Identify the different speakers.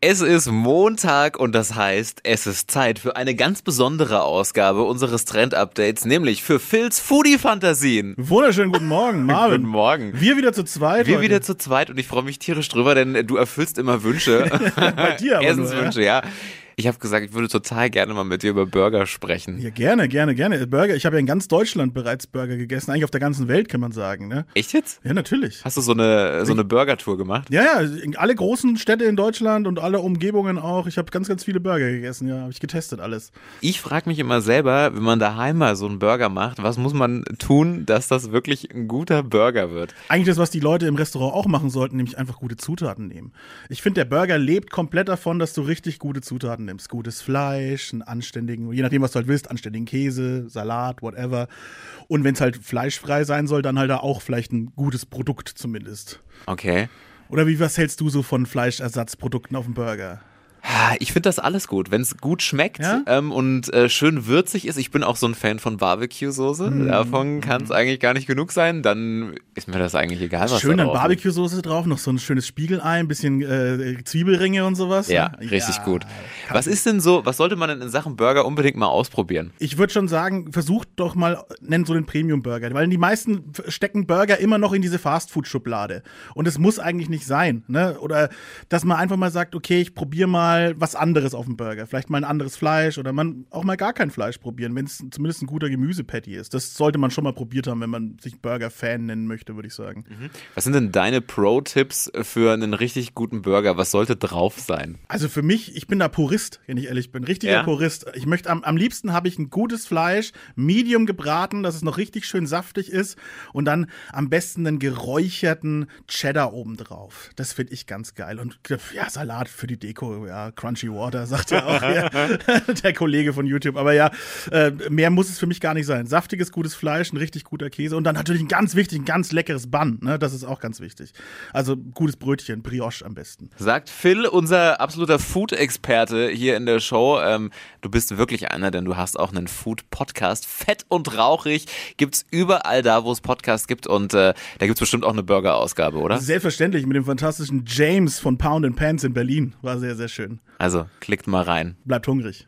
Speaker 1: Es ist Montag und das heißt, es ist Zeit für eine ganz besondere Ausgabe unseres Trend-Updates, nämlich für Phils Foodie-Fantasien.
Speaker 2: Wunderschönen guten Morgen, Marvin.
Speaker 1: Guten Morgen.
Speaker 2: Wir wieder zu zweit.
Speaker 1: Wir
Speaker 2: heute.
Speaker 1: wieder zu zweit und ich freue mich tierisch drüber, denn du erfüllst immer Wünsche.
Speaker 2: Bei dir aber nur,
Speaker 1: Essenswünsche, ja. Ich habe gesagt, ich würde total gerne mal mit dir über Burger sprechen.
Speaker 2: Ja, gerne, gerne, gerne. Burger, ich habe ja in ganz Deutschland bereits Burger gegessen, eigentlich auf der ganzen Welt, kann man sagen. Ne?
Speaker 1: Echt jetzt?
Speaker 2: Ja, natürlich.
Speaker 1: Hast du so eine, so eine Burger-Tour gemacht?
Speaker 2: Ja, ja, in alle großen Städte in Deutschland und alle Umgebungen auch. Ich habe ganz, ganz viele Burger gegessen, ja, habe ich getestet alles.
Speaker 1: Ich frage mich immer selber, wenn man daheim mal so einen Burger macht, was muss man tun, dass das wirklich ein guter Burger wird?
Speaker 2: Eigentlich das, was die Leute im Restaurant auch machen sollten, nämlich einfach gute Zutaten nehmen. Ich finde, der Burger lebt komplett davon, dass du richtig gute Zutaten nimmst. Gutes Fleisch, einen anständigen, je nachdem, was du halt willst, anständigen Käse, Salat, whatever. Und wenn es halt fleischfrei sein soll, dann halt da auch vielleicht ein gutes Produkt zumindest.
Speaker 1: Okay.
Speaker 2: Oder wie, was hältst du so von Fleischersatzprodukten auf dem Burger?
Speaker 1: Ah, Ich finde das alles gut, wenn es gut schmeckt
Speaker 2: Ja?
Speaker 1: ähm, und äh, schön würzig ist. Ich bin auch so ein Fan von Barbecue-Soße.
Speaker 2: Hm.
Speaker 1: Davon kann es eigentlich gar nicht genug sein. Dann ist mir das eigentlich egal, was
Speaker 2: Schön
Speaker 1: da
Speaker 2: dann
Speaker 1: drauf ist. halt
Speaker 2: Barbecue-Soße drauf, noch so ein schönes Spiegelei, ein bisschen äh, Zwiebelringe und sowas.
Speaker 1: Ja,
Speaker 2: ne?
Speaker 1: richtig
Speaker 2: Ja.
Speaker 1: gut. Was ist denn so, was sollte man denn in Sachen Burger unbedingt mal ausprobieren?
Speaker 2: Ich würde schon sagen, versucht doch mal, nennen so den Premium-Burger, weil die meisten f- stecken Burger immer noch in diese Fastfood-Schublade. Und es muss eigentlich nicht sein. Ne? Oder dass man einfach mal sagt, okay, ich probiere mal was anderes auf dem Burger. Vielleicht mal ein anderes Fleisch oder man auch mal gar kein Fleisch probieren, wenn es zumindest ein guter Gemüsepatty ist. Das sollte man schon mal probiert haben, wenn man sich Burger-Fan nennen möchte, würde ich sagen.
Speaker 1: Was sind denn deine Pro-Tipps für einen richtig guten Burger? Was sollte drauf sein?
Speaker 2: Also für mich, ich bin da Purist, wenn ich ehrlich bin. Richtiger
Speaker 1: Ja?
Speaker 2: Purist. Ich möchte am, am liebsten habe ich ein gutes Fleisch, medium gebraten, dass es noch richtig schön saftig ist und dann am besten einen geräucherten Cheddar obendrauf. Das finde ich ganz geil. Und ja, Salat für die Deko, ja, Crunchy Water, sagt ja auch ja, der Kollege von YouTube. Aber ja, äh, mehr muss es für mich gar nicht sein. Saftiges, gutes Fleisch, ein richtig guter Käse und dann natürlich ein ganz wichtig, ein ganz leckeres Bun. Ne? Das ist auch ganz wichtig. Also gutes Brötchen, Brioche am besten.
Speaker 1: Sagt Phil, unser absoluter Food-Experte hier in der Show. Ähm, du bist wirklich einer, denn du hast auch einen Food-Podcast. Fett und rauchig gibt's überall da, wo es Podcasts gibt. Und äh, da gibt's bestimmt auch eine Burger-Ausgabe, oder?
Speaker 2: Selbstverständlich mit dem fantastischen James von Pound and Pants in Berlin. War sehr, sehr schön.
Speaker 1: Also klickt mal rein.
Speaker 2: Bleibt hungrig.